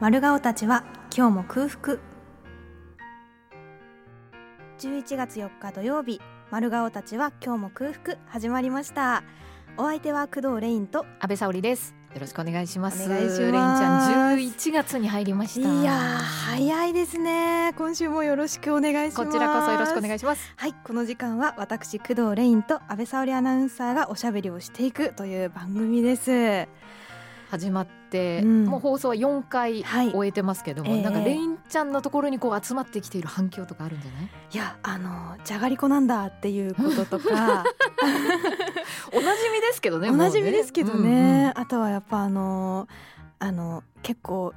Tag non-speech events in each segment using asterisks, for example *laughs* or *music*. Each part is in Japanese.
丸顔たちは今日も空腹11月4日土曜日丸顔たちは今日も空腹始まりましたお相手は工藤レインと安倍沙織です。よろしくお願いします。お願いしますレインちゃん、11月に入りまいした。やー早いですね今週もよろしくお願いしますこちらこそよろしくお願いしします。ますはいこの時間は私工藤レインと安倍沙織アナウンサーがおしゃべりをしていくという番組です始まって、うんもう放送は4回はい終えてますけども、ええなんかレインちゃんのところにこう集まってきている反響とかあるんじゃない？いやあのじゃがりこなんだっていうことと *laughs* かおなじみですけどね。おなじみですけどねもううんうんあとはやっぱあのあの結構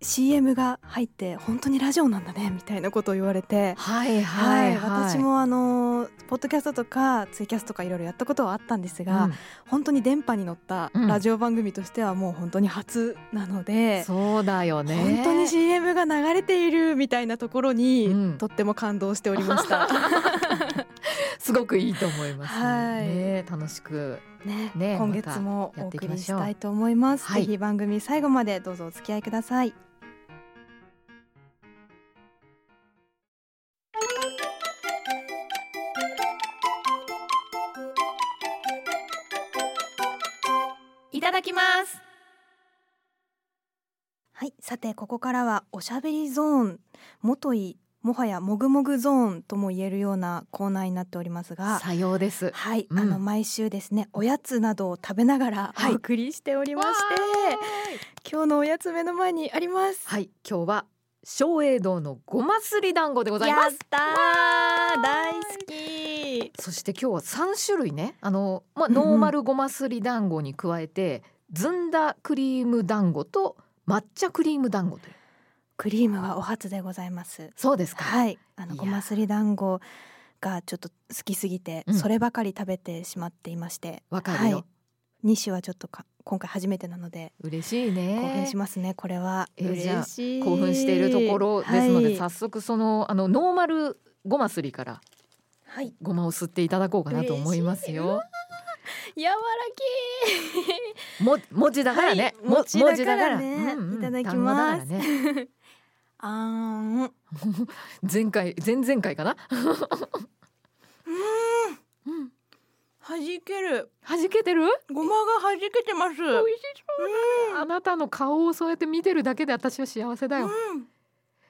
CM が入って本当にラジオなんだねみたいなことを言われてはいは、はいいはい。私もあのポッドキャストとかツイキャストとかいろいろやったことはあったんですが、うん本当に電波に乗ったうんラジオ番組としてはもう本当に初なので、そうだよね。本当に CM が流れているみたいなところに、うんとっても感動しておりました。 *laughs* すごくいいと思います。はいね楽しくねね今月もお送りしたいと思います。またやってぜいきましょうひ番組最後までどうぞお付き合いください。いただきます。はい、さてここからはおしゃべりゾーンもといもはやもぐもぐゾーンとも言えるようなコーナーになっておりますが。さようです。はい、うんあの毎週ですねおやつなどを食べながらはいお送りしておりましわて、ーい今日のおやつ目の前にあります。はい、今日は松栄堂のごますり団子でございます。たー大好き。そして今日は三種類ね、あのまあうんうんノーマルごますり団子に加えて、ずんだクリーム団子と抹茶クリーム団子という。クリームはお初でございます。そうですか。はい、あのいやごますり団子がちょっと好きすぎて、うんそればかり食べてしまっていまして、わかるよ、はい西はちょっとか今回初めてなので嬉しいね。興奮しますね、これは、えーじゃあ嬉しい興奮しているところですので、はい早速そのあのノーマルごますりからはい、ごまを吸っていただこうかなと思いますよ。柔らけー。も文字だからね、はいも餅だからねいただきます単語だからねあーん、前回前々回かな。うん。弾ける。弾けてる？ごまが弾けてます。美味しそう。あなたの顔をそうやって見てるだけで私は幸せだよ。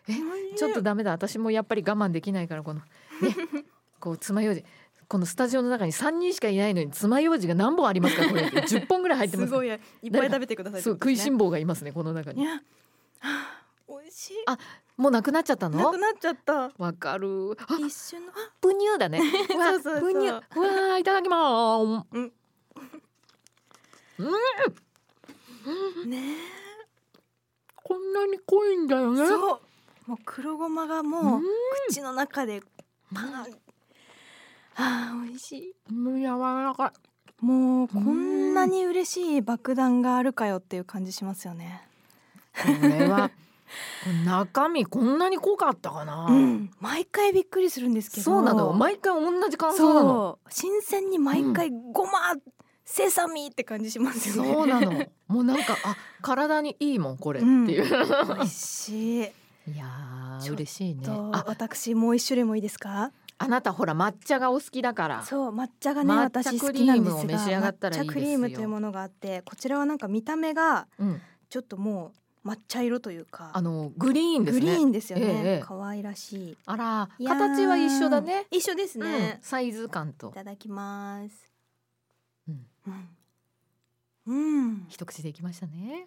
えちょっとダメだ。私もやっぱり我慢できないからこのねこう爪楊枝このスタジオの中に三人しかいないのに爪楊枝が何本ありますかこれ *laughs* 十本ぐらい入ってます。すごい。いいっぱい食べてくださいってそうこと食でいすしね。ん坊がいますねこの中にい。や、はあ美味しい。もうなくなっちゃったなのく？なっちゃった。わかる。あ一瞬の。あプニューだね。うわ *laughs* そうそうそうプニュー。うわーいただきます。うんうん。ねこんなに濃いんだよえ。ね。そう。もう黒ごまがもううん口の中でパン。あー美味しいうん柔らかい。もうこんなに嬉しい爆弾があるかよっていう感じしますよねこれは中身こんなに濃かったかな。うん毎回びっくりするんですけどそうなの。毎回同じ感想なの。そう新鮮に毎回ごま、セサミって感じしますよねそうなの。もうなんかあ体にいいもんこれっていう。美味しい、いやちーょっと嬉しいね。とあ私もう一種類もいいですかあなたほら抹茶がお好きだから。そう抹茶がね抹茶私好きなんですがクリームを召し上がったらい抹いですよ茶クリームというものがあってこちらはなんか見た目がうん。ちょっともう抹茶色というあか、のグリーンですグね。リーンですよえええねえ可愛、らしあらいいやー形は一緒だね。一緒ですねうん、、サイズ感といただきますうんうん、うん一口でいきましたね。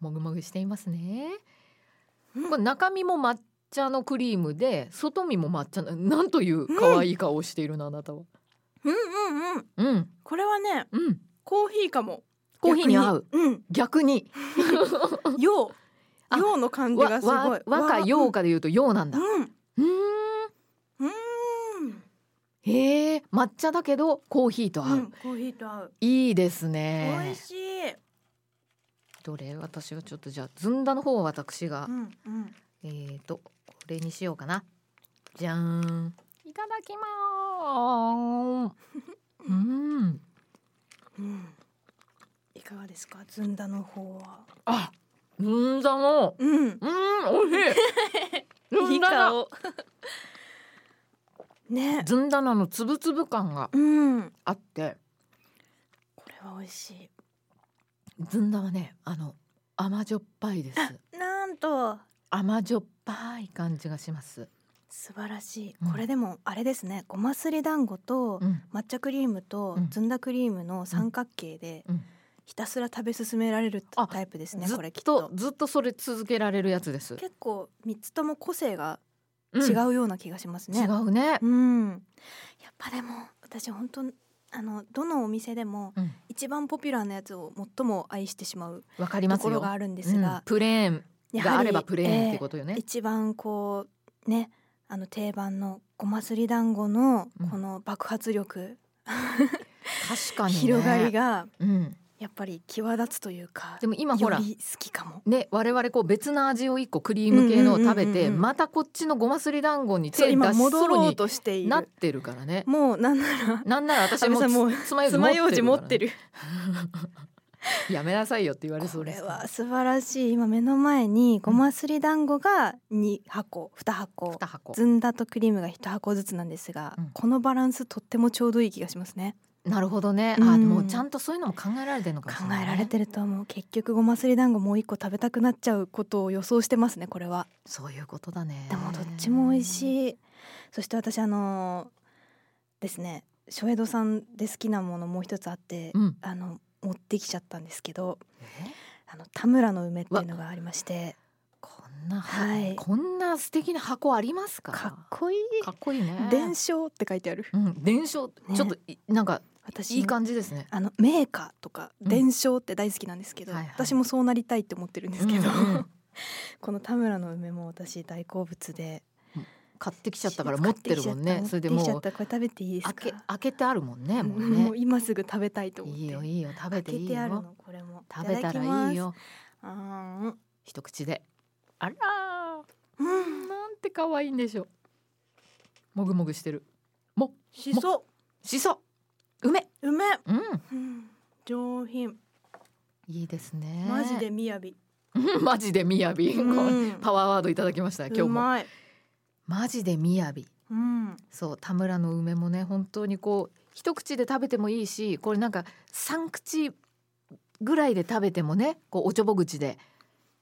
もぐもぐしていますね。うんこれ中身も抹茶のクリームで外身も抹茶のなんという可愛い顔をしているのあなたは。うんうんうんうんこれはねうんコーヒーかもコーヒーに合う逆にうん逆に洋あ洋の感じわがすごいわ和か洋洋かで言うと洋なんだ。うんうーんうんへえ抹茶だけどコーヒーと合うう。んコーヒーと合ういいです美ね味。しいどれ私はちょっとじゃあずんだの方は私が、うんうんえーとこれにしようかな。じゃーん。いただきまーす。 *laughs* うん。うんいかがですかずんだの方はあうんだのうんうん *laughs* 美味しいずいいんだな *laughs* 顔ねずんだなのつぶつぶ感がうんあってこれは美味しいずんだはねあの甘じょっぱいですなんと甘じょっぱい感じがします、素晴らしい、うんこれでもあれですねごますり団子とうん抹茶クリームとうんずんだクリームの三角形でうん、ひたすら食べ進められるあタイプですねずこれっきっととずっとそれ続けられるやつです、結構三つとも個性がん違うような気がしますね、違うねうん、やっぱでも私本当あのどのお店でもうん一番ポピュラーなやつを最も愛してしまうわかりまとすころよがあるんですうんが、プレーンやはがありればプレーンってことよえねえ、一番こうねあの定番のごますり団子のうんこの爆発力、確かに、ね、広がり、がうん、やっぱり際立つというかでも今ほよらり好きかも。ね我々こう別の味を一個クリーム系のを食べうんうんうんてうんうんまたこっちのごますり団子にそう手出今し戻そうろうにとしていなっるてるからねもうなんならなんなら私安倍もさんもうつまようじ爪楊枝持持っっててるるからねやめなさいよって言われそこうでれすは素晴らしい今目の前にごますり団子が2箱2箱2箱ずんだとクリームが1箱ずつなんですが、うんこのバランスとってもちょうどいい気がしますねなるほどねあうんでもちゃんとそういうのも考えられてるのか考もしれない、えね、られてると思う結局ごますり団子もう一個食べたくなっちゃうことを予想してますねこれはそういうことだねでもどっちも美味いしいそして私あのーですね小江戸さんで好きなものもう一つあって、うんあの持ってきちゃったんですけどえあの田村の梅っていうのがありましてこんな、はいこんな素敵な箱ありますかかっこいいかっこいいね伝承って書いてあるうん伝承ねちょっといなんか私いい感じですねあのメーカーとかうん伝承って大好きなんですけど、はいはい私もそうなりたいって思ってるんですけど、うんうんこの田村の梅も私大好物で買ってきちゃったから持ってるもんね買ってそれできもちゃうったこれ食べていいです開かけ開けてあるもん *laughs* ねもうもうね今すぐ食べたいと思っていいよいいよ食べてい開いけてあるよのこれも食べただきまらすいいよあー一口であらうんーなんて可愛いんでしょうもぐもぐしてるもしもそしそ梅梅、うんうん、上品いいですねマジで雅、びうん *laughs* マジでみやびうんパワーワードいただきました今日うもまい、マジでみやびうん、そう田村の梅もね本当にこう一口で食べてもいいしこれなんか三口ぐらいで食べてもねこうおちょぼ口で、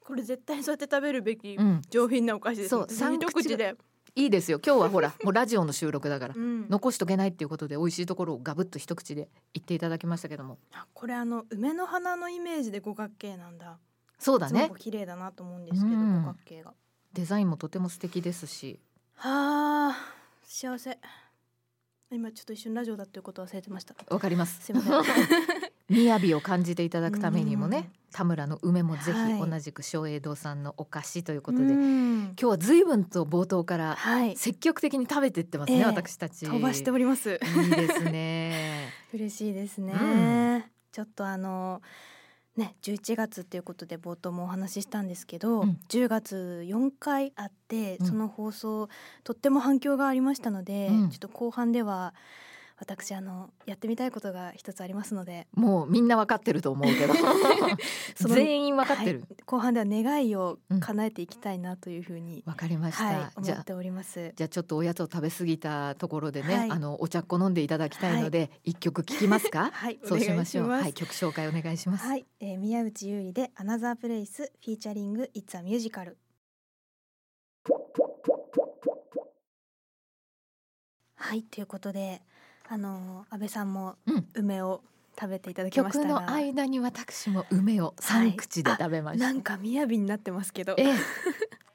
これ絶対そうやって食べるべきうん、上品なお菓子ですそう私三口一口で、いいですよ今日はほらもうラジオの収録だからうん、残しとけないっていうことで美味しいところをガブッと一口で言っていただきましたけどもあこれあの梅の花のイメージで五角形なんだ。そうだすねごく綺麗だなと思うんですけど、うん五角形が。デザインもとても素敵ですしはあ幸せ。今ちょっと一瞬ラジオだっていうことを忘れてました。わかりますす *laughs* みません。雅を感じていただくためにもね田村の梅もぜはいひ同じく松栄堂さんのお菓子ということで、今今日は随分と冒頭からはい積極的に食べてってますね、ええ私たち飛ばしております。いいです *laughs* ね嬉しいですね。うんちょっとあのね11月っていうことで冒頭もお話ししたんですけど、うん10月4回あってうんその放送、とっても反響がありましたので、うんちょっと後半では私あのやってみたいことが一つありますのでもうみんなわかってると思うけど *laughs* その全員わかってる後半では願いをうん叶えていきたいなというふうに、わ、かりました、はい思じゃっあております。じゃあちょっとおやつを食べ過ぎたところでね、はいあのお茶っこ飲んでいただきたいので一、曲聞きます *laughs* かはい、おそう願いししまましす。ょうはい曲紹介お願いします、はい、えー宮内優里でアナザープレイスフィーチャリングイッツアミュージカル。はい、ということで、あのー安倍さんもうん梅を食べていただきました曲が、の間に私も梅を三口で食べました、なんか雅になってますけど、ええ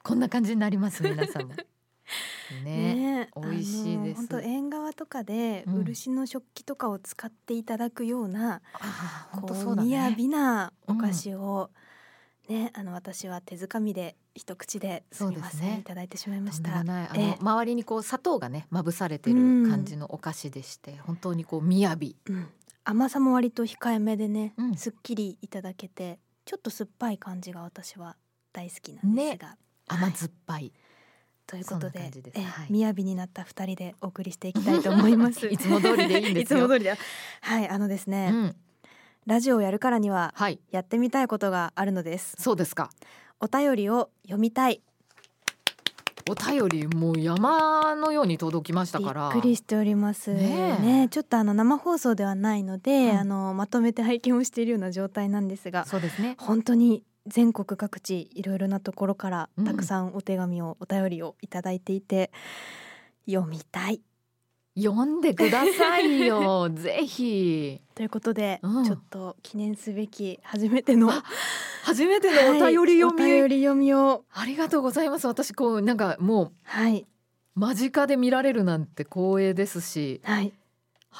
こんな感じになります皆さん *laughs* もねね美味しいです本当縁側とかでうん漆の食器とかを使っていただくような、ああ本こ当うそうだ雅ねなお菓子を、ね、あの私は手づかみで一口ですみませそうですん、ねいただいてしまいまとしんでたも。ないあえのえ周りにこう砂糖がねまぶされてる感じのお菓子でして、本当にこう雅うん、甘さも割と控えめでね、うんすっきりいただけてちょっと酸っぱい感じが私は大好きなんですが、甘酸っぱい、ということでそんな感じですえーはい雅になった二人で *laughs* *laughs* お送りしていきたいと思いますいつも通りでいいんですよいつも通りだはいあのですね、うんラジオをやるからにははいやってみたいことがあるのですそうですかお便りを読みたいお便りもう山のように届きましたびからっくりしておりますねねええちょっとあの生放送ではないので、うんあのまとめて拝見をしているような状態なんですがそうですね本当に全国各地いろいろなところからうんたくさんお手紙を、お便りをいただいていて読みたい読んでくださ *laughs* いよぜひということで、うんちょっと記念すべき初めてのあ初めてのお便り読み、はいお便り読みをありがとうございます私こうなんかもはい、う間近で見られるなんて光栄ですしはい、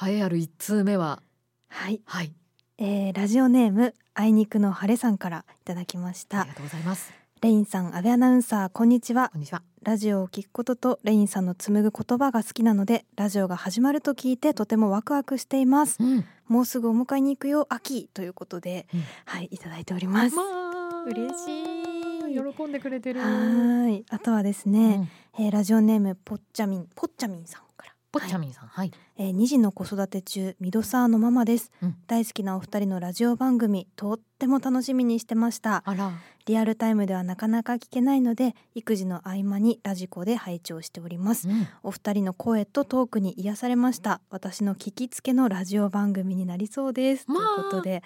栄えある一通目ははい、はいえーラジオネームあいにくの晴れさんからいただきましあたりがとうございますレインさん阿部アナウンサーこんにちはこんにちはラジオを聞くこととレインさんの紡ぐ言葉が好きなのでラジオが始まると聞いてとてもワクワクしていますうんまもうすぐお迎えに行くよ秋ということで、うんはいいただいておりますはあ嬉しい喜んでくれてるーいあとはですね、えーラジオネームポッチャミンポッチャミンさんからポッチャミンさんはい、えー、2児の子育て中ミドサーのママです、うん大好きなお二人のラジオ番組とっても楽しみにしてましたあらリアルタイムではなかなか聞けないので育児の合間にラジコで拝聴しておりますうんお二人の声とトークに癒されました私の聞きつけのラジオ番組になりそうです、まあということでへ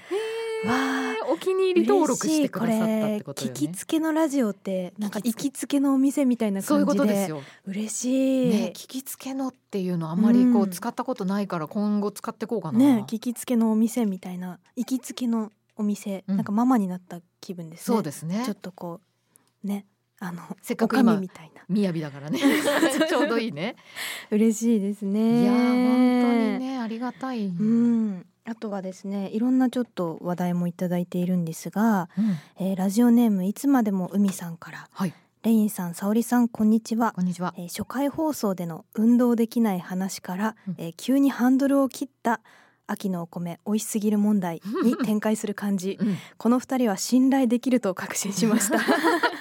ーわお気に入り登録してくださったってこと嬉しよいこれ聞きねつけのラジオってなんか聞き行つけきつけのお店みたいなそうい感うこじとですでよ、嬉しいね、聞きつけのっていうのあんまりこううん使ったことないから今後使ってこうかな、ね聞きつけのお店みたいな行きつけのお店、うんなんかママになった気分ですねそうですねちょっとこうねあのせっかおくか今みみたいな雅だか *laughs* らね *laughs* ちょうどいいね、嬉しいですねいやー本当にねありがたい、うんあとはですねいろんなちょっと話題もいただいているんですが、うんえーラジオネームいつまでも海さんからはいレインさん沙織さんこんにちはこんにちはえー初回放送での運動できない話から、うんえー急にハンドルを切った秋のお米美味しすぎる問題 *laughs* に展開する感じうんこの二人は信頼できると確信しました *laughs*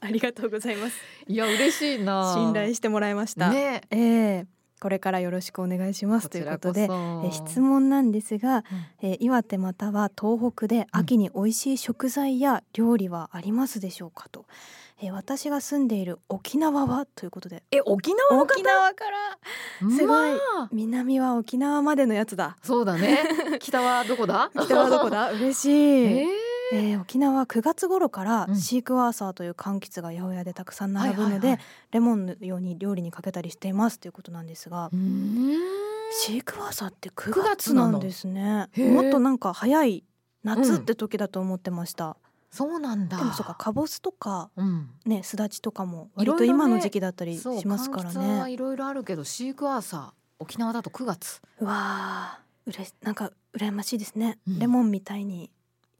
ありがとうございますいや嬉しいな信頼してもらいました、ねええこれからよろしくお願いしますということでこちらこそえ質問なんですが、えー岩手または東北で秋に美味しい食材や料理はありますでしょうかと、えー私が住んでいる沖縄はということでえ沖縄の方沖縄からすごいまあ南は沖縄までのやつだそう *laughs* だね北はどこだ北はどこ *laughs* だ嬉しい、えーえー沖縄は9月頃からうんシークワーサーという柑橘が八百屋でたくさん並ぶので、はいはいはいレモンのように料理にかけたりしていますということなんですがうーんシークワーサーって9 9月月ななのんですねへーもっとなんか早い夏って時だと思ってました、そうなんだでもそうかカボスとかうんねすだちとかもい割とろいろね今の時期だったりしそうますから柑橘はねいろいろあるけどシークワーサー沖縄だと9月うわーうれしなんか羨ましいですね、うんレモンみたいに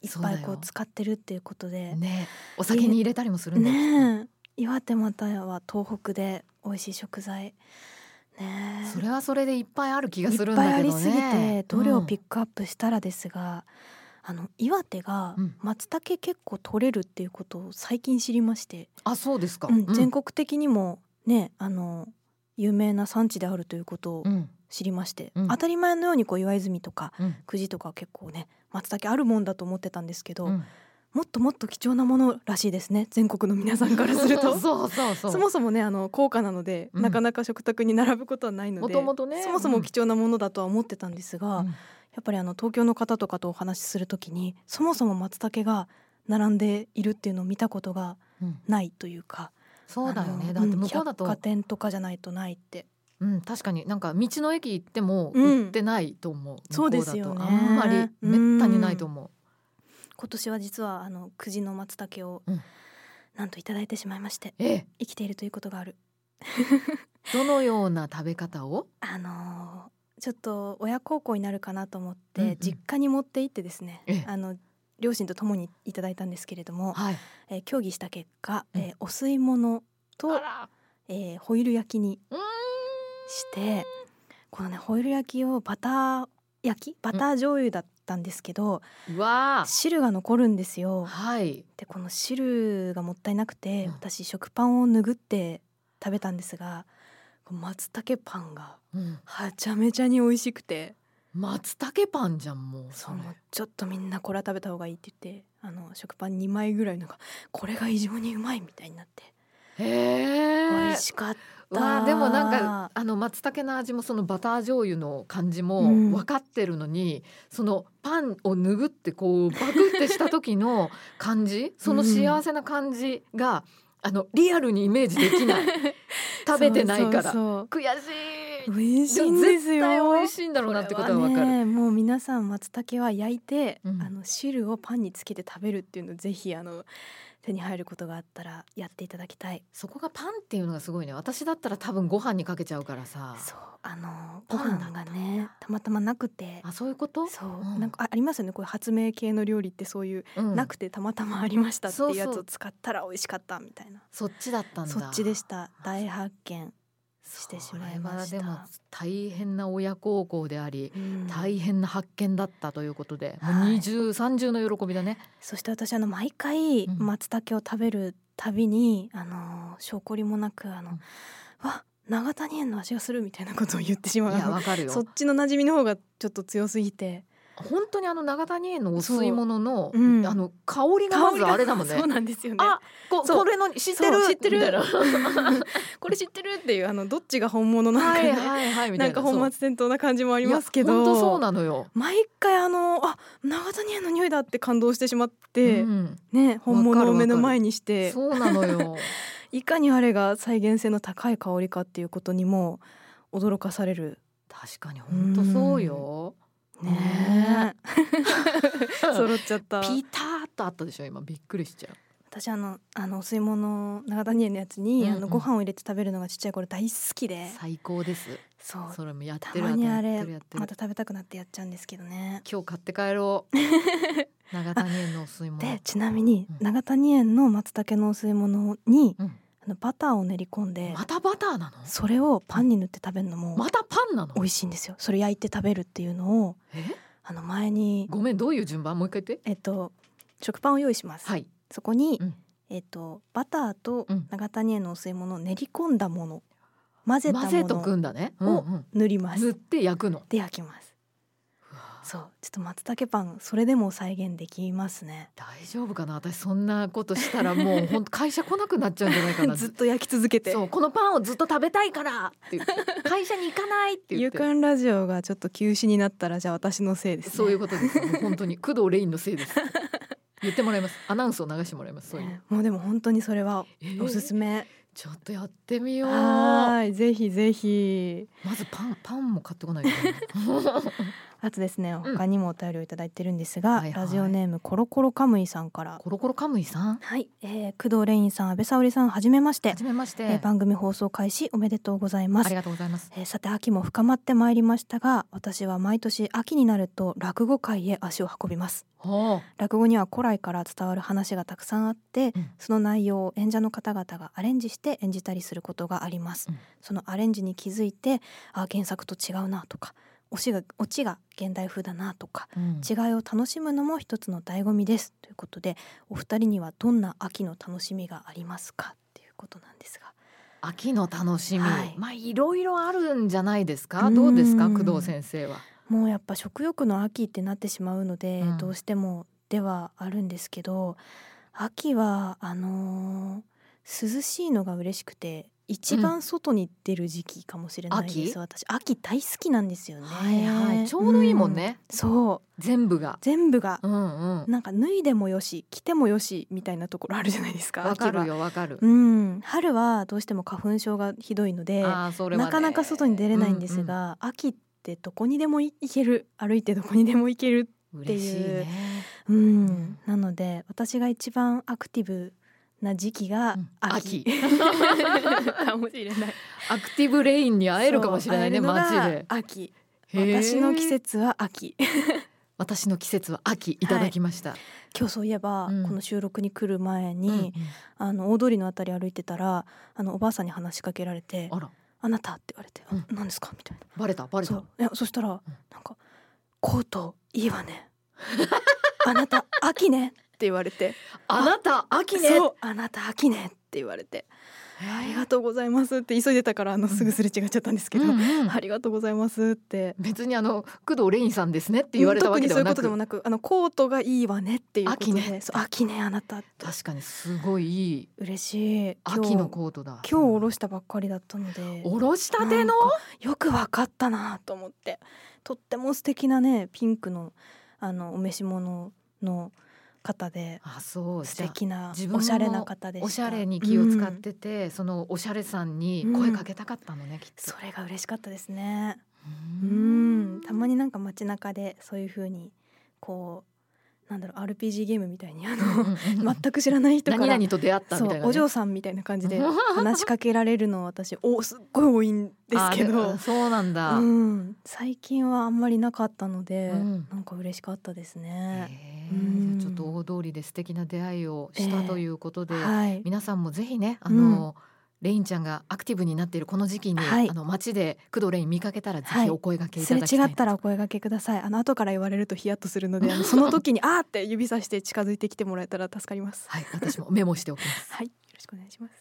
いっそうぱだいよこう使ってるっていうことでねお酒に入れたりもするんだよねえ岩手または東北で美味しい食材ねえそれはそれでいっぱいある気がするんいっぱいだあけりどすぎてねどれをピッックアップしたらですが、あの岩手がうん松茸結構取れるっていうことを最近知りまして、あそうですかうん全国的にもねあの有名な産地であるということをうん知りまして、うん当たり前のようにこう岩泉とかうん久慈とか結構ね松茸あるもんだと思ってたんですけど、うんもっともっと貴重なものらしいですね全国の皆さんから *laughs* すると。 *laughs* そうそうそうそもそもねあの高価なので、うんなかなか食卓に並ぶことはないのでもともとねそもそも貴重なものだとは思ってたんですが、うんやっぱりあの東京の方とかとお話しするときにそもそも松茸が並んでいるっていうのを見たことがうんないというかそうだよあねのだって向こうだんと百貨店とかじゃないとないってうん確かになんか道の駅行ってもうん売ってないと思うそうですよね向こうだとあんまりめったにないと思今年は実はあの久慈の松茸を、うんなんといただいてしまいましてうええ生きているということがあるどのような食べ方をあのーちょっと親孝行になるかなと思って、うんうん実家に持って行ってですねええあの両親と共にいただいたんですけれども、はいえー協議した結果、うんえーお吸い物とあ、らえーホイル焼きにうーんしてこのねホイル焼きをバター焼きバター醤油だったんですけど、うわ汁が残るんですあよ。はいでこの汁がもったいなくて、うん私食パンを拭って食べたんですがこう松茸パンがうんはちゃめちゃに美味しくて松茸パンじゃんもうそうちょっとみんなこれは食べた方がいいって言ってあの食パン2枚ぐらいのがこれが異常にうまいみたいになってへえ美味しかったうわあでもなんかあの松茸の味もそのバター醤油の感じもうん分かってるのに、そのパンを拭ってこうバクってした時 *laughs* の感じその幸せな感じが、あのリアルにイメージで *laughs* きない食べてないからそう悔そうしそう美味いしいんです絶対よ美味しいんだろうなってことは分かこれる、ねもう皆さん松茸は焼いて、うんあの汁をパンにつけて食べるっていうのをぜひあの手に入ることがあったらやっていただきたいそこがパンっていうのがすごいね私だったら多分ご飯にかけちゃうからさそうあのごパン飯だがねたまたまなくてあそういうことそう、うんなんかあありますよねこういう発明系の料理ってそういう、うんなくてたまたまありましたっていうやそうつそうを使ったら美味しかったみたいなそっちだったんだそっちでした大発見、してしまいましたそれはでも大変な親孝行でありうん大変な発見だったということで、もうはい二重三重の喜びだね。そして私あの毎回うん松茸を食べるたびに、あの証拠りもなくあの、うんわ長谷園の味がするみ *laughs* たいなことを言ってしいまうやあのわか *laughs* るそっよ。ちの馴染みの方がちょっと強すぎて本当にあの長谷園のお吸い物の、そううんあの香りがまずあれだもんねそう。なんですよねあこそうこれの知ってそるう知ってるみ *laughs* たいなこれ知ってるっていうあのどっちが本物なのかはね、いはいはいみたないな。んか本末そう転倒な感じもありますけいやど本当そうなのよ。毎回あのあ長谷園の匂いだって感動してしまって、うん、ね本物を目のわかるわかる前にしてそうな *laughs* のよ。いかにあれが再現性の高い香りかっていうことにも驚かされる確かに本当そうよ。 *laughs* ね *laughs* え揃っちゃったピターっとあったでしょ今びっくりしちゃう。私あのあのお吸い物長谷園のやつに、うんうんあのご飯を入れて食べるのがちっちゃい頃大好きで最高です。そうそれもやってたるまにやあってるやれってるやってるまた食べたくなってやっちゃうんですけどね今日買って帰ろ *laughs* う長谷園のお吸い物でちなみにうん長谷園の松茸のお吸い物に、うんあのバターを練り込んでまたバターなのそれをパンに塗って食べるのもまたパンなの美味しいんですよそれ焼いて食べるっていうのをえあの前にごめんどういう順番もう一回言ってえっと食パンを用意します、はいそこに、うんえっとバターとうん長谷園のお吸い物を練り込んだもの混ぜた混ぜもとくのんだね、うをんうん、塗ります、塗って焼くので焼きますそうちょっと松茸パンそれでも再現できますね大丈夫かな私そんなことしたらもう本当会社来なくなっちゃうんじゃないか *laughs* なずっと焼き続けてそうこのパンをずっと食べたいからって言って会社に行かないって言夕って刊ラジオがちょっと休止になったらじゃあ私のせいですねそういうことですもう本当 *laughs* に工藤レインのせいです言ってもらいますアナウンスを流してもらいますそういう、ねもうでも本当にそれはえーおすすめ、ちょっとやってみようはーいぜひぜひまずパンパンも買ってこないとね *laughs* あとですねん他にもお便りをいただいてるんですが、はいはいラジオネームコロコロカムイさんからコロコロカムイさん。はい、えー、工藤レインさん安倍沙織さんはじめましてはじめまして。えー番組放送開始おめでとうございまあすりがとうございます。えーさて秋も深まってまいりましたが私は毎年秋になると落語会へ足を運びますおー落語には古来から伝わる話がたくさんあって、うんその内容を演者の方々がアレンジして演じたりすることがあります、うんそのアレンジに気づいてあ原作と違うなとかオチがオチが現代風だなとかうん違いを楽しむのも一つの醍醐味ですということでお二人にはどんな秋の楽しみがありますかっていうことなんですが秋の楽しみ、はいまあいろいろあるんじゃないですか。うんどうですか、工藤先生は。もうやっぱ食欲の秋ってなってしまうので、うんどうしてもではあるんですけど秋はあのー涼しいのが嬉しくて一番外に出る時期かもしれないです、秋私秋大好きなんですよねはいはい、ちょうどいいもん、ね。うんそう全部が。全部が、うんうん。なんか脱いでもよし着てもよしみたいなところあるじゃないですかわかる秋はよ、わかるう。ん春はどうしても花粉症がひどいのでああ、それは、なね。かなか外に出れないんですが、秋ってどこにでもい行ける歩いてどこにでも行ける、うんうん。ていう嬉しいね。うんんなので私が一番アクティブな時期がうん秋,、 *laughs* かもしれないアクティブレインに会えるかもしれないね、そう会街えでるのが。秋へー私の季。節は秋私の季節は秋いただきました。今日そういえば、うんこの収録に来る前うんに、あの大通りのあたり歩いてたらあのおばあさんに話しかけられてうんあら、 「あなた」って言われて「うんあ何ですか?」みたいなバレた、バレそたう。いやそしたら、なんか「コートいいわねあなた秋ね」って言われてあなた、秋「ね。そうあなた秋ね」って言われてありがとうございますって急いでたからあのすぐすれ違っちゃったんですけど、うんうんありがとうございますって別にあの工藤レインさんですねって言われたわけではな特くにそういうことでもなくあのコートがいいわねっていうことで秋ねそう秋ねあなたって確かにすごいいい嬉しい今日秋のコートだ今日おろしたばっかりだったのでおろしたなてのんかよくわかったなと思ってとっても素敵なねピンクのあのお召し物の方であそう素じゃあ敵な自分もおしゃれな方でしたおしゃれに気を使ってて、そのおしゃれさんに声かけたかったのね、きっとそれが嬉しかったですね。ううんん、たまになんか街中でそういう風にこうなんだろう RPG ゲームみたいにあうんのうんうん *laughs* 全く知らない人か何ら々と出会ったそみたいうな、ね、お嬢さんみたいな感じで話しかけられるの私おすっごい多いんですけあどで、そうなんだ、うん、最近はあんまりなかったので、うんなんか嬉しかったですへね。えうんじゃあちょっと大通りで素敵な出会いをしたええということで、はい、皆さんもぜひねあの、レインちゃんがアクティブになっているこの時期に、はいあの街で工藤レイン見かけたらぜはいひお声掛けいすたれだきたい違なと、ったらお声掛けください。あの後から言われるとヒヤッとするので、あのその時にあーって指さして近づいてきてもらえたら助かります。はい私もメモしておきますはい、よろしくお願いします。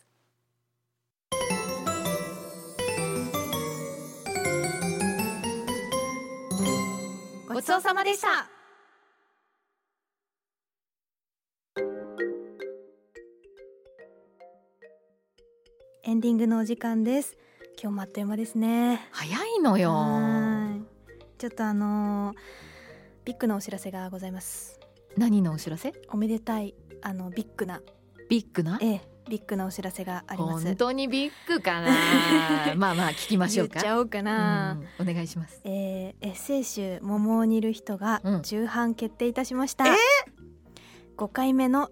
ごちそうさまでした。エンディングのお時間です。今日もあっという間ですね。早いのよはーいちょっとあのービッグなお知らせがございます。何のお知らせおめでたいあのビッグなビッグなええビッグなお知らせがあります。本当にビッグか *laughs* なまあまあ聞きましょうか言っちゃおうかな。うんお願いしますえーエッセイ集「桃を煮る人」がうん重版決定いたしました、五5回目の、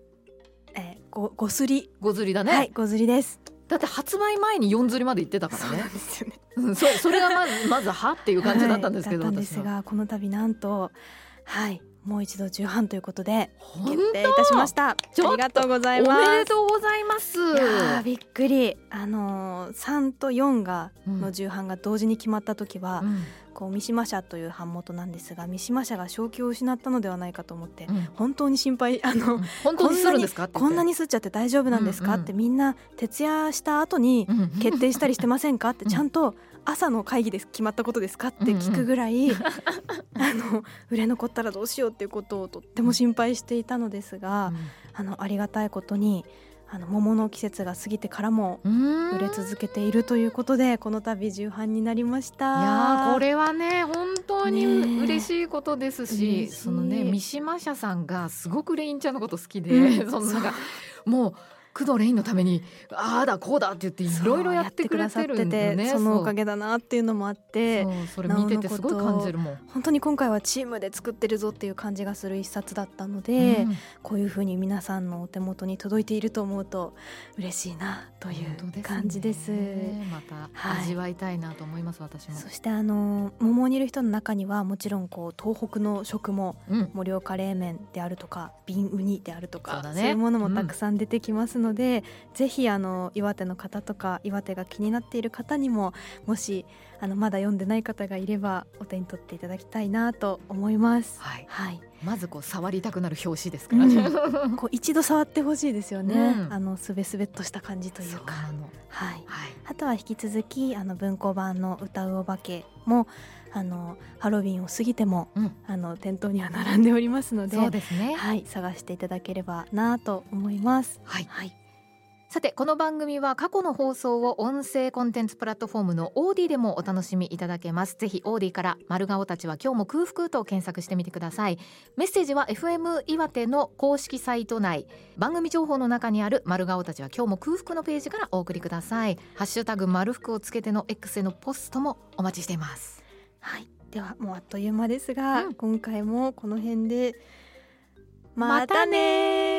えー、ごごすり、ごずりだね、はいごずりですだって発売前に四ずりまで言ってたからねですよねうんそそれがま *laughs* ずまずはっていう感じだったんですけど、はい、だったんで私すはがこの度なんとはいもう一度重版ということでほん決定いたしましたあちょっとりがとうございおますめでとうございますいやーびっくりあのー、3と4がうんの重版が同時に決まった時は、うんこう三島社という版元なんですが三島社が正気を失ったのではないかと思って、うん本当に心配あの、うん本当にするんですかこんなにに吸っちゃって大丈夫なんですか、うんうんってみんな徹夜した後に決定したりしてませんかってうんちゃんと朝の会議で決まったことですかって聞くぐら *laughs* い、あの売れ残ったらどうしようっていうことをとっても心配していたのですが、あのありがたいことにあの桃の季節が過ぎてからも売売れ続けているということでこの度重版になりました。いやーこれはね本当にねえ嬉しいことですし、嬉しいそのね三島社さんがすごくレインちゃんのこと好きで、うん *laughs* そのなんかもう工藤レインのためにああだこうだって言っていろいろやってくれてるんだよねやってくださっててそのおかげげだなっていうのもあってそうそれ見ててすごい感じるもん。本当に今回はチームで作ってるぞっていう感じがする一冊だったのうで、んこういうふうに皆さんのお手元に届いていると思うと嬉しいなとい本当うね感じです。またはい味わいたいなと思います、私もそしてあの桃にいる人の中にはもちろんこう東北の食もうん盛岡冷麺であるとか瓶ウニであるとそうかそだう,、ねいうものもたくさん出てきますので、ぜひあの岩手の方とか岩手が気になっている方にももしあのまだ読んでない方がいればお手に取っていただきたいなと思います。はい、はい、まずこう触りたくなる表紙ですからうね。んこう一度触ってほしいですよね、うんあのすべすべっとした感じといそううかなのはいはいあとは引き続きあの文庫版の「歌うお化けも」あのハロウィンを過ぎても、うんあの店頭には並んでおりますのでそうですね。はい、探していただければなと思います。はい。はい、さてこの番組は過去の放送を音声コンテンツプラットフォームのオーディでもお楽しみいただけますぜひオーディから丸顔たちは今日も空腹と検索してみてくださいメッセージは FM 岩手の公式サイト内番組情報の中にある丸顔たちは今日も空腹のページからお送りくださいハッシュタグ丸服をつけての X へのポストもお待ちしていますはい、ではもうあっという間ですが、うん今回もこの辺でまたねまたねー